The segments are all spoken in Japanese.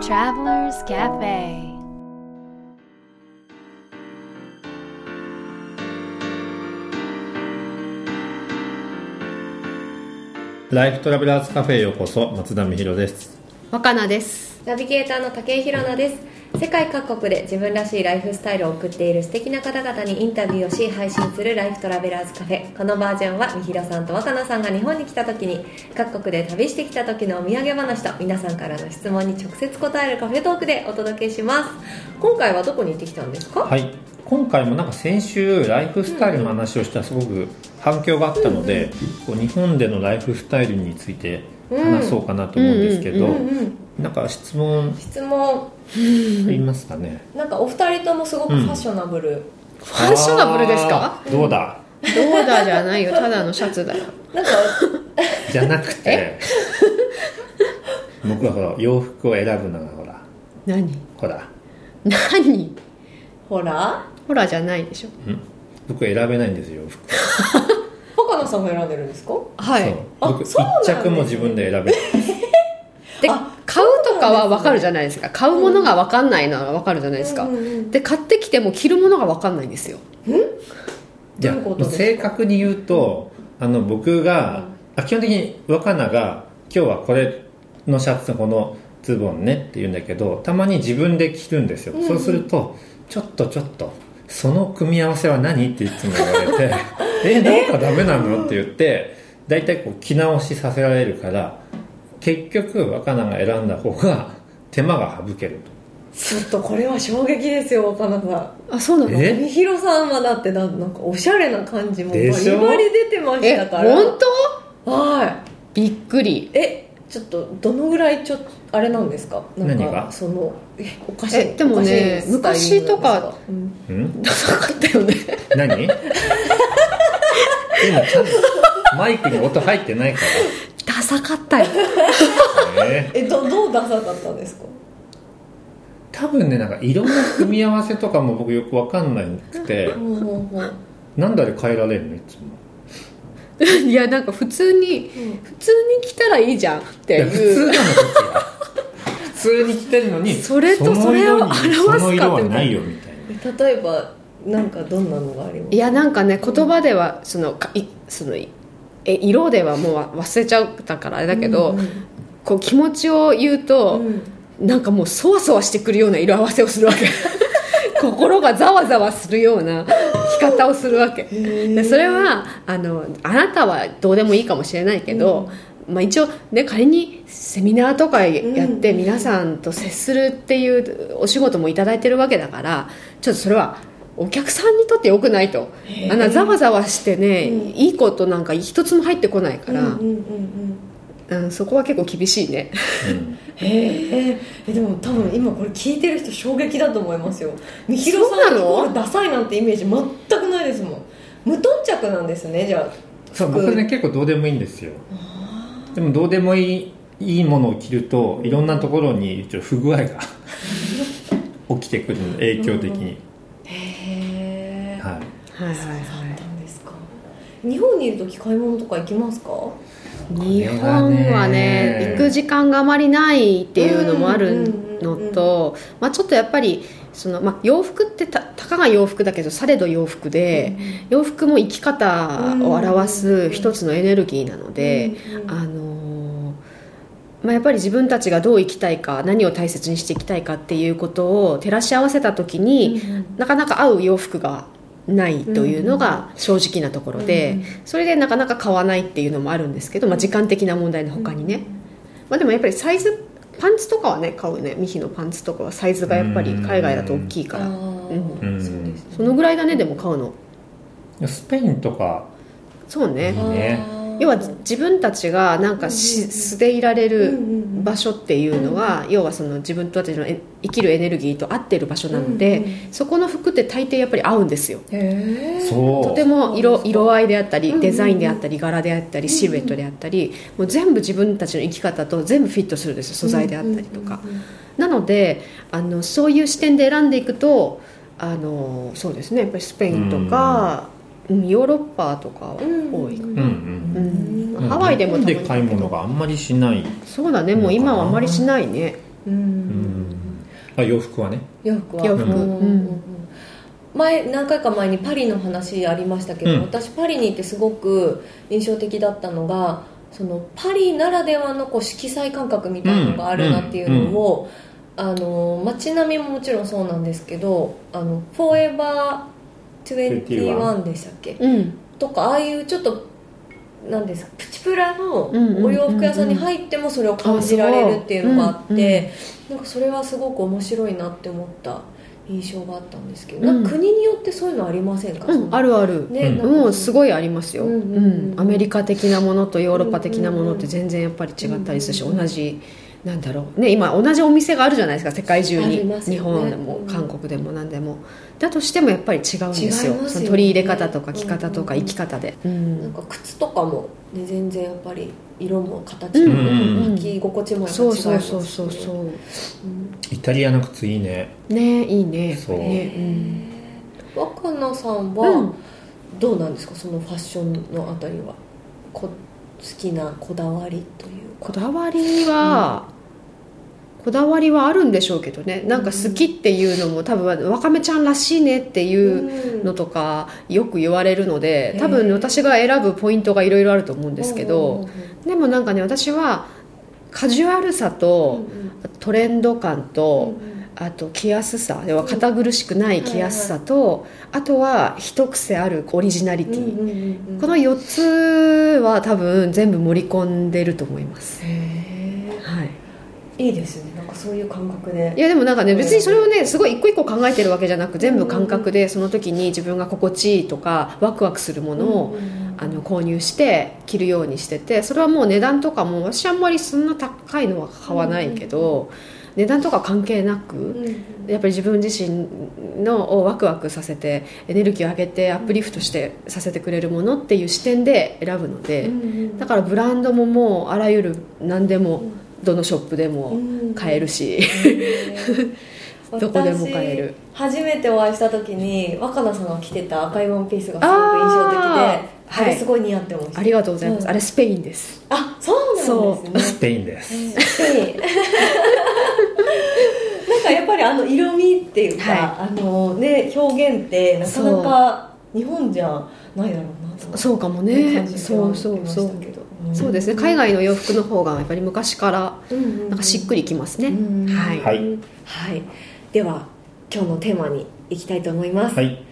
Travelers Cafe ライフトラベラーズカフェへようこそ松田美弘です若菜ですナビゲーターの竹井宏奈です世界各国で自分らしいライフスタイルを送っている素敵な方々にインタビューをし配信するライフトラベラーズカフェこのバージョンはみひろさんと若菜さんが日本に来た時に各国で旅してきた時のお土産話と皆さんからの質問に直接答えるカフェトークでお届けします今回はどこに行ってきたんですかはい今回もなんか先週ライフスタイルの話をしたらすごく反響があったので、こう日本でのライフスタイルについて話そうかなと思うんですけど、うんうんうんなんか質問質問ありますかね、なんかお二人ともすごくファッショナブル、ファッショナブルですかどうだローダーじゃないよただのシャツだよなんかじゃなくて僕はほら洋服を選ぶのがほら何ほら何ほらホラーじゃないでしょ僕選べないんですよ洋服若菜さんが選んでるんですかはそういあ僕そうなん一ですね着も自分で選べないであ買うとかは分かるじゃないですか買うものが分かんないのは分かるじゃないですか、うんうんうんで買ってきても着るものが分かんないんですよじゃどういうことあですか正確に言うとあの僕が、あ基本的に若菜が「今日はこれのシャツとこのズボンね」って言うんだけどたまに自分で着るんですよ、そうすると「ちょっとちょっとその組み合わせは何?」っていつも言わ れて「えなんかダメなの?」って言って大体こう着直しさせられるから結局若菜が選んだ方が手間が省けるちょっとこれは衝撃ですよ若菜さんあそうなのえみひろさんはだってななんかおしゃれな感じもバリでしょバリ出てましえたから本当はびっくりいえちょっとどのぐらいちょっとあれなんですかなんか何がそのえおかしいえでもねおかしいスタイリングなんです昔とかうんんダサかったよね何 今ちゃんとマイクに音入ってないからダサかったよねえどどうダサかったんですか多分ねなんか色の組み合わせとかも僕よくわかんなくてほうほうほうなんだで変えられるのいつも いやなんか普通に普通に着たらいいじゃんっていや普通なのこっちいうは普通に着てるのにそれとそれをその色に表すかってその色はないよみたいえ例えばなんかどんなのがありますいやなんかね言葉ではそのかいそのいえ色ではもうわ忘れちゃったからあれだけど、うんうんこう気持ちを言うと、うんなんかもうそわそわしてくるような色合わせをする わけ心がざわざわするような着方をするわけでそれはあのあなたはどうでもいいかもしれないけど、まあ、一応、ね、仮にセミナーとかやってうん皆さんと接するっていうお仕事もいただいてるわけだからちょっとそれはお客さんにとってよくないとあんなざわざわしてね、うんいいことなんか一つも入ってこないから、うんうんうんうんうん、そこは結構厳しいね。な、うんへええでも多分今これ聞いてる人衝撃だと思いますよみひろそうさなんのイコールダサいなんてイメージ全くないですもん無頓着なんですねじゃそう僕ね結構どうでもいいんですよでもどうでもいいいいものを着るといろんなところにちょっと不具合が 起きてくるの影響的に、あへえはいはいはいそうなんですか日本にいる時買い物とか行きますか 日本はねこれがね行く時間があまりないっていうのもあるのと、まあ、ちょっとやっぱりその、まあ、洋服ってたたかが洋服だけどされど洋服で、洋服も生き方を表す一つのエネルギーなので、うんうんあのーまあ、やっぱり自分たちがどう生きたいか何を大切にしていきたいかっていうことを照らし合わせた時に、なかなか合う洋服がないというのが正直なところで。うんそれでなかなか買わないっていうのもあるんですけど、まあ、時間的な問題の他にね、まあ、でもやっぱりサイズパンツとかはね買うねミヒのパンツとかはサイズがやっぱり海外だと大きいかあらーうんそうですねそのぐらいだねでも買うのスペインとかそうねいいねあー要は自分たちがなんかうんうんし素でいられうんうんるうん場所っていうのは要はその自分たちのえ生きるエネルギーと合ってる場所なのうんでそこの服って大抵やっぱり合うんですよへえそうとても色色合いであったうんうりんデザインであったり柄であったりシルエットであったりもう全部自分たちの生き方と全部フィットするんですよ素材であったりとかなのであのそういう視点で選んでいくとあのそうですねやっぱりスペインとかうんヨーロッパとかは多いかなうんうんううんんうんハワイでも日たま本にで買い物があんまりしないそうだねもう今はあまりしないねううんんあ洋服はね洋服は洋服うんうんうん前何回か前にパリの話ありましたけど、うん私パリに行ってすごく印象的だったのがそのパリならではのこう色彩感覚みたいなのがあるなっていうのを、あの街並みももちろんそうなんですけどあのフォーエバー21でしたっけうんとかああいうちょっとなんですかプチプラのうんうんうんうんお洋服屋さんに入ってもそれを感じられるっていうのがあって、あそううんうなんんかそれはすごく面白いなって思った印象があったんですけど、うんなんか国によってそういうのありませんか、うんあるある、ね、うんなんかもうすごいありますよ、ううんんうんうんアメリカ的なものとヨーロッパ的なものってうん全然やっぱり違ったりするし、うんうん同じなんだろうね今同じお店があるじゃないですか世界中ありに、ますよね日本でもうん韓国でも何でもだとしてもやっぱり違うんです違いよますよねその取り入れ方とか着方とかうんうん生き方で、うなんんか靴とかも、ね、全然やっぱり色も形も、うんうん履き心地もやっぱ違いそうますそうそうそうう、そうんイタリアの靴いいねうねいいねやっぱえりねうーん若菜さんうはんどうなんですか、そのファッションのあたりはこ好きなこだわりというこだわりは、こだわりはあるんでしょうけどねなんか好きっていうのも多分わかめちゃんらしいねっていうのとかよく言われるので多へえ分私が選ぶポイントがいろいろあると思うんうんですけどでもなんかね私はカジュアルさうんとうんトレンド感うんとうんあと着やすさ要は堅苦しくない着やすさとあとは一癖あるオリジナリティうんうんうんこの4つは多分全部盛り込んでると思います。へはいえいいですねなんかそういう感覚でいやでもなんかね別にそれをねすごい一個一個考えてるわけじゃなく全部感覚でその時に自分が心地いいとかワクワクするものをあの購入して着るようにしててそれはもう値段とかも私あんまりそんな高いのは買わないけど値段とか関係なくやっぱり自分自身のをワクワクさせてエネルギーを上げてアップリフトしてさせてくれるものっていう視点で選ぶのでだからブランドももうあらゆる何でもどのショップでも買えるし。 らどこでも買える初めてお会いした時に若菜さんが着てた赤いワンピースがすごく印象的であーあれはいすごい似合ってましたありがとうございます、うんあれスペインですあそうなんですスねペインですうん なんかやっぱりあの色味っていうか、はあのね表現ってなかなか日本じゃないだろうなとそうかもねそうそうそうそうですね海外の洋服の方がやっぱり昔から外なんかしっくりきますね、ねはいはいはい、では今日のテーマに行きたいと思います、はい、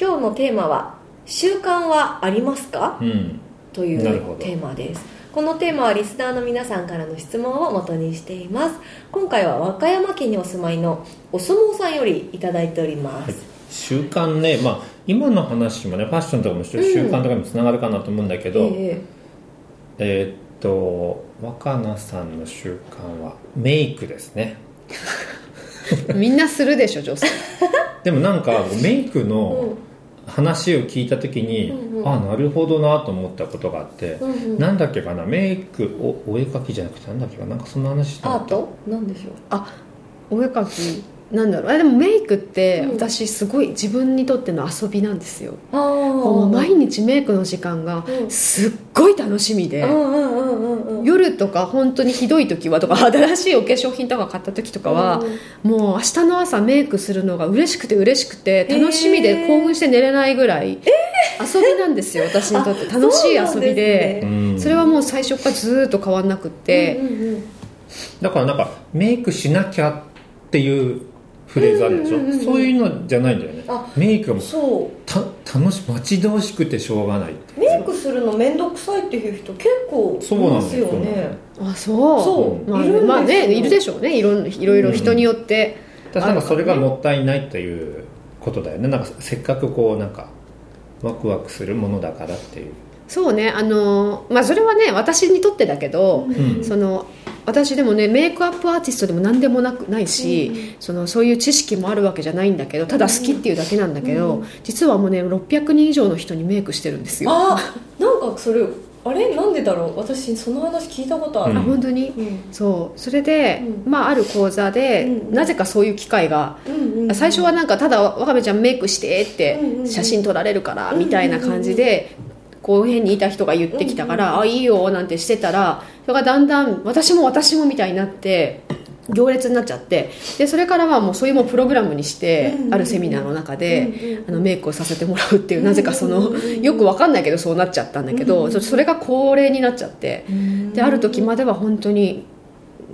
今日のテーマは「習慣はありますか?うん、」というなるほどテーマですこのテーマはリスナーの皆さんからの質問を元にしています今回は和歌山県にお住まいのお相撲さんよりいただいております、はい習慣ね、まあ、今の話もねファッションとかも一緒に習慣とかにもつながるかなと思うんだけど、ええーっと若菜さんの習慣はメイクですねみんなするでしょ女性でもなんかメイクえの話を聞いた時に、うんうんあなるほどなと思ったことがあって、うんうんうんなんだっけかなメイクおお絵描きじゃなくてなんだっけかななんかそんな話してアなかーったトなんでしょう お絵描きなんだろうあでもメイクってうん私すごい自分にとっての遊びなんですよ、ああこう毎日メイクの時間がうんすっごい楽しみで、うんうんうんうんうん夜とか本当にひどい時はとか 新しいお化粧品とか買った時とかは、もう明日の朝メイクするのが嬉しくて嬉しくて楽しみで興奮して寝れないぐらい遊びなんですよ私にとって楽しい遊びでうそんそれはもう最初からずーっと変わんなくって、うんうんうんだからなんかメイクしなきゃっていうフレーズあるでしょ、うんうんうんうんそういうのじゃないんだよねあメイクがもうそうた楽し待ち遠しくてしょうがないっていうメイクするの面倒くさいっていう人結構いそうなまんですすよよねあそうそうまあいるんですよまあねいるでしょうねいろんいろいろ人によって、だからなんかそれがもったいないということだよねなんかせっかくこうなんかワクワクするものだからっていう、そうねあのーまあそれはね私にとってだけど、うんその私でもねメイクアップアーティストでも何でもなくないし、そのそういう知識もあるわけじゃないんだけどただ好きっていうだけなんだけど、う実はもうね600人以上の人にメイクしてるんですよああなんかそれあれなんでだろう私その話聞いたことあるうん本当にうんそうそれで、うんまあある講座で、うんなぜかそういう機会が、うんうん最初はなんかただわかめちゃんメイクしてってうんうんうん写真撮られるからみたいな感じで。こう辺にいた人が言ってきたから「あいいよ」なんてしてたらそれがだんだん「私も私も」みたいになって行列になっちゃってでそれからはもうそういうもうプログラムにしてうんうんあるセミナーの中うんでうんあのメイクをさせてもらうっていうなぜかそうんのうんうんよくわかんないけどそうなっちゃったんだけうんうどんそそれが恒例になっちゃってである時まででは本当に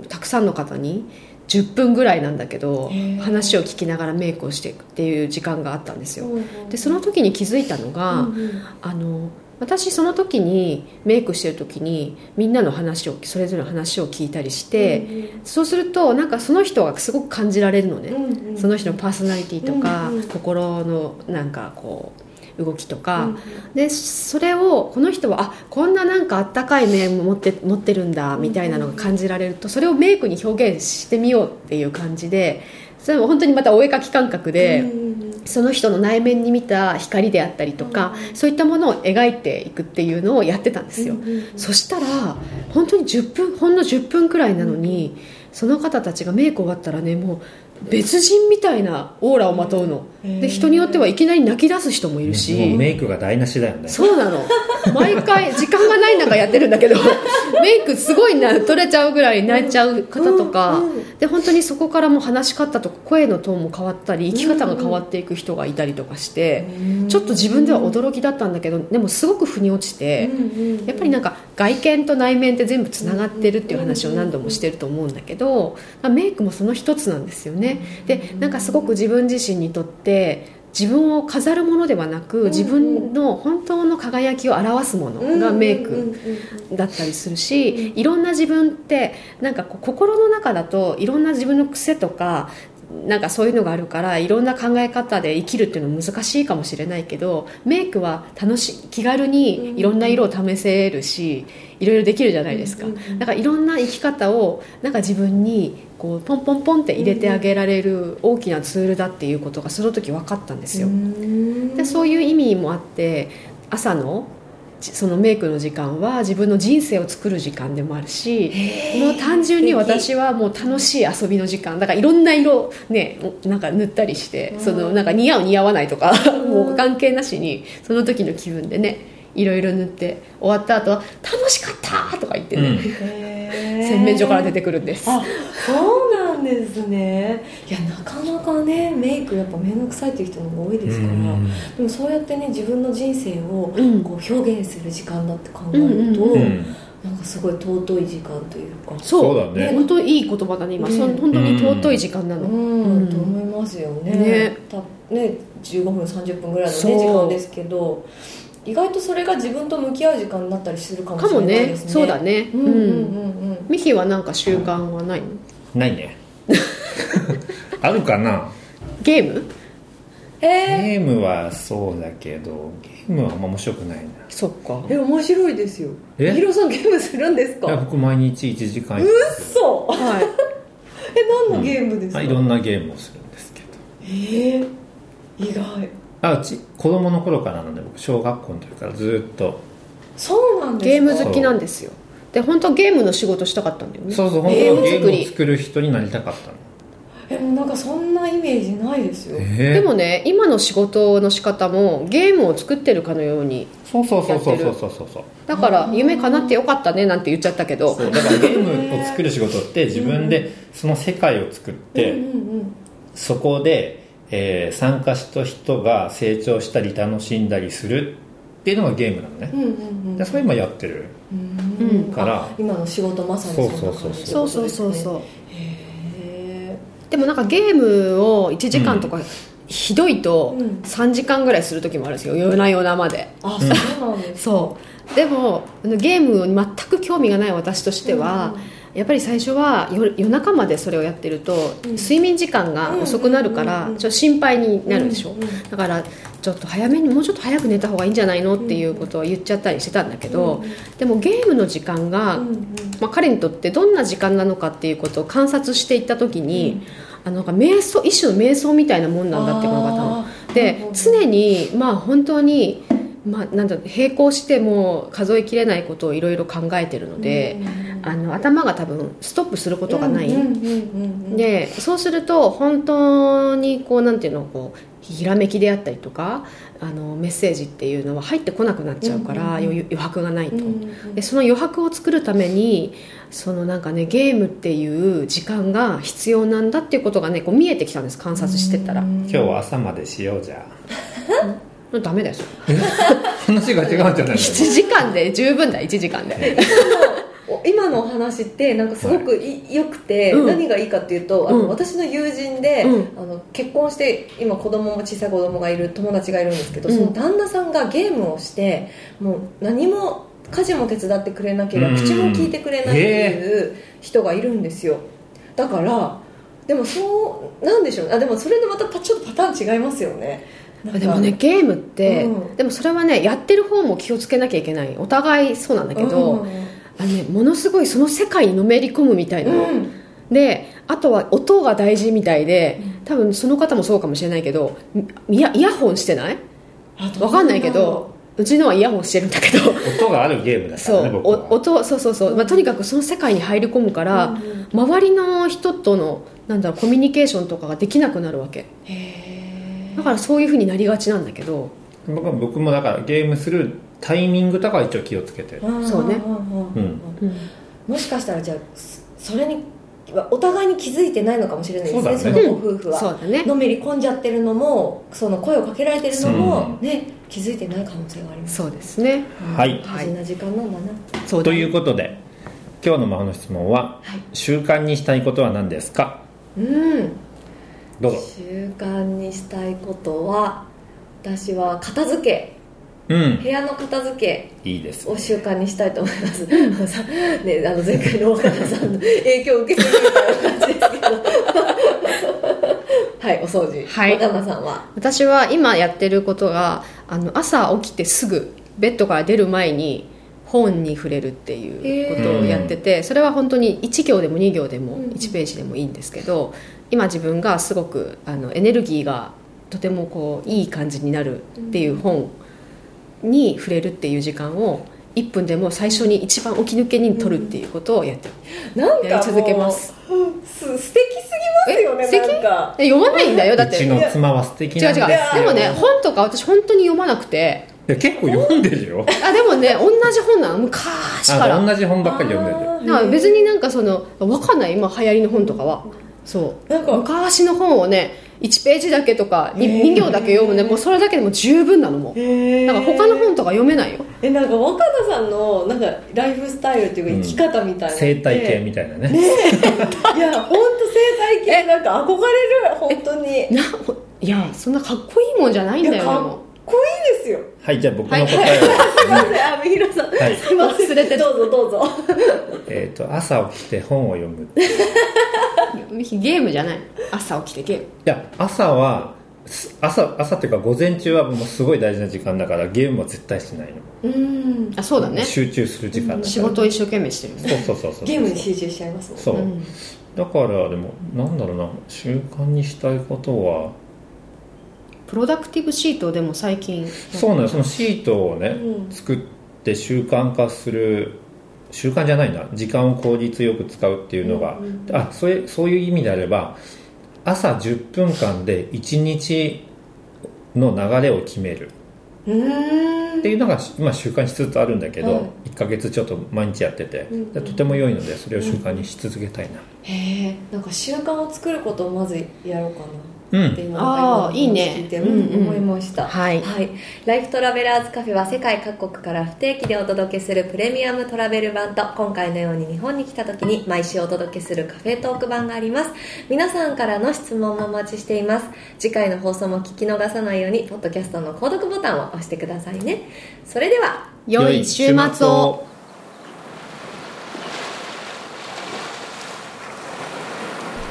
たくさんの方に10分ぐらいなんだけどへー話を聞きながらメイクをしていくっていう時間があったんですよでその時に気づいたのが、あの私その時にメイクしてる時にみんなの話をそれぞれの話を聞いたりして、そうするとなんかその人がすごく感じられるのね、その人のパーソナリティとか、うんうん心のなんかこう動きとか、でそれをこの人はあこんななんかあったかい面を持って持ってるんだみたいなのが感じられるとそれをメイクに表現してみようっていう感じでそれも本当にまたお絵描き感覚で。その人の内面に見た光であったりとか、うんそういったものを描いていくっていうのをやってたんですよ、そしたら本当に10分ほんの10分くらいなのに、その方たちがメイク終わったらねもう別人みたいなオーラをまとうの、で人によってはいきなり泣き出す人もいるし、もうメイクが台無しだよねそうなの毎回時間がない中やってるんだ けどメイクすごいな取れちゃうぐらい泣いちゃう方とか、うんうんで本当にそこからもう話し方とか声のトーンも変わったり生き方が変わっていく人がいたりとかして、ちょっと自分では驚きだったんだけどでもすごく腑に落ちて。やっぱりなんか外見と内面って全部つながってるっていう話を何度もしてると思うんだけど、まあ、メイクもその一つなんですよねでなんかすごく自分自身にとって自分を飾るものではなうんく自分の本当の輝きを表すものがメイクだったりするしいろんな自分ってなんかこう心の中だといろんな自分の癖とかなんかそういうのがあるからいろんな考え方で生きるっていうのは難しいかもしれないけどメイクは楽しい気軽にいろんな色を試せるしいろいろできるじゃないですかうんうんうんだからいろんな生き方をなんか自分にこうポンポンポンって入れてあげられる大きなツールだっていうことがその時分かったんですよ。でそういう意味もあって朝のじそのメイクの時間は自分の人生を作る時間でもあるしもう単純に私はもう楽しい遊びの時間だからいろんな色ねなんか塗ったりしてうんそのなんか似合う似合わないとかんもう関係なしにその時の気分でねいろいろ塗って終わった後は楽しかった!」とか言ってうんね、洗面所から出てくるんです。あそうなんですねいやなかなかねメイクやっぱ面倒くさいっていう人の方が多いですから、うんでもそうやってね自分の人生をうんこう表現する時間だって考えると、うんうんうんなんかすごい尊い時間というかそうだね本当にいい言葉だね今、うんその本当に尊い時間なの、うん、うんと思いますよねねたね15分30分ぐらいの、そうね、時間ですけど意外とそれが自分と向き合う時間になったりするかもかしれもないねですねそうだねうんうんうんうんミヒはなんか習慣はないのない ねあるかなゲームえゲームはそうだけどゲームはあんま面白くないなそっかー、え面白いですよえヒロさんゲームするんですいやか僕毎日1時間嘘はい え何のゲームでますか、あいろんなゲームをするんですけどえー、意外あうち子供の頃からなので僕小学校の時からずっとそうなんですかゲーム好きなんですよで本当ゲームの仕事したかったんだよねそうそう本当ゲームはゲー作りムを作る人になりたかったのえなんかそんなイメージないですよえでもね今の仕事の仕方もゲームを作ってるかのようにそうそうそうそうやっそてるうそうそうそうだから夢叶ってよかったねなんて言っちゃったけどそうだからゲームを作る仕事って自分でその世界を作って、うんうんうんそこで、えー参加した人が成長したり楽しんだりするっていうのがゲームなのね、うんうんうんでそれ今やってるうんからあ今の仕事まさにそんな感じそうううへでもなんかゲームを1時間とかひどいとうん3時間ぐらいする時もあるんですよ夜な夜なまでーあそうなんですそうでもあのゲームに全く興味がない私としては、やっぱり最初は夜夜中までそれをやってると、うん睡眠時間が遅くなるから、うんうんうんうんちょっと心配になるでしょ、うんうんだからちょっと早めにもうちょっと早く寝た方がいいんじゃないのっていうことを言っちゃったりしてたんだけど、うんでもゲームの時間が、うんうんまあ、彼にとってどんな時間なのかっていうことを観察していった時に、あのなんか瞑想一種の瞑想みたいなもんなんだってこの方はあーなるでほど常にまあ本当に、まあ、なんだろう並行してもう数えきれないことをいろいろ考えてるので、うんうんうんあの頭が多分ストップすることがない、うんうんうんうん、でそうすると本当にこうなんていうのこうひらめきであったりとかあのメッセージっていうのは入ってこなくなっちゃうから、うんうんうん余裕余白がないうと、んうんでその余白を作るためにそのなんかねゲームっていう時間が必要なんだっていうことがねこう見えてきたんです観察してったら、うん今日は朝までしようじゃダメだよ話が違うんじゃないですか1時間で十分だ1時間でお今のお話ってなんかすごくい良、くて、うん何がいいかっていうとあの、うん私の友人で、うあの結婚して今子供も小さい子供がいる友達がいるんですけど、うんその旦那さんがゲームをしてもう何も家事も手伝ってくれなけれうんば口も聞いてくれないっていう人がいるんですよだからでもそうなんでしょうねあでもそれでまたパちょっとパターン違いますよねなんかでもねゲームって、うんでもそれはねやってる方も気をつけなきゃいけないお互いそうなんだけど、うんあのね、ものすごいその世界にのめり込むみたいな、うんであとは音が大事みたいで多分その方もそうかもしれないけどイヤイヤホンしてないわかんないけどうちのはイヤホンしてるんだけ ど音があるゲームだかそらねう僕はお音そうそうそう、まあ、とにかくその世界に入り込むから、うんうん周りの人とのなんだろうコミュニケーションとかができなくなるわけへーだからそういうふうになりがちなんだけど僕は僕もだからゲームするタイミングとかは一応気をつけてるそうねんうんうんもしかしたらじゃあそそれにお互いに気づいてないのかもしれないですねそそうだねのご夫婦そは、うだねのめり込んじゃってるのもその声をかけられてるのもそ、ね、気づいてない可能性がありますそうですねはい大事な時間なんだな、そうだとねいうことで今日の魔法の質問は、はい習慣にしたいことは何ですかうんどうぞ習慣にしたいことは私は片付けうん部屋の片付けいいですを習慣にしたいと思います。さ ね、あの前回の岡田さんの影響を受けすぎるみたいな感じですけど。 はい、お掃除。はい岡田さんは。私は今やってることがあの朝起きてすぐベッドから出る前に本に触れるっていうことをやっててそれは本当に1行でも2行でもうんうん1ページでもいいんですけど今自分がすごくあのエネルギーがとてもこういい感じになるっていう本に触れるっていう時間を1分でも最初に一番起き抜けに取るっていうことをやってるなんかもうやり続けます。す素敵すぎますよね。え素敵なんか。で読まないんだよだっうてち違うの妻は素敵違うなんですよでもね本とか私本当に読まなくて。いや結構読んでるよあでもね同じ本なの昔かあらの同じ本ばっかり読んでるあーなんか別になんかそのわかんない今流行りの本とかはそうなんか昔の本をね1ページだけとかへー 2, 行だけ読むねもうそれだけでも十分なのもうへーなんか他の本とか読めないよえなんか若田さんのなんかライフスタイルっていうか生き方みたいなのって生態系みたいなねいや本当生態系なんか憧れる本当になほいやそんなかっこいいもんじゃないんだよいやかっもこいいですよはいじゃあ僕の答えはですね、あみひろさんはいすいません忘れてたどうぞどうぞ えっ、と朝起きて本を読むいうゲームじゃない朝起きてゲームや朝はす朝朝っていうか午前中はもうすごい大事な時間だからゲームは絶対しないのうんあそうだね集中する時間だから仕事を一生懸命してるそうそうそうそうゲームに集中しちゃいますもんねそう、うんだからでもなんだろうな習慣にしたいことはプロダクティブシートでも最近そうなのよそのシートをね、うん作って習慣化する習慣じゃないな時間を効率よく使うっていうのが、うんうんあそれそういう意味であれば朝10分間で1日の流れを決めるうーんっていうのが今習慣しつつあるんだけど、はい1ヶ月ちょっと毎日やってて、うんうんでとても良いのでそれを習慣にし続けたいなへえんか習慣を作ることをまずやろうかうん、なって今なんか今のあーいいね聞いてうんうん思いましたはいはい、ライフトラベラーズカフェは世界各国から不定期でお届けするプレミアムトラベル版と今回のように日本に来た時に毎週お届けするカフェトーク版があります皆さんからの質問もお待ちしています次回の放送も聞き逃さないようにポッドキャストの購読ボタンを押してくださいねそれでは良い週末を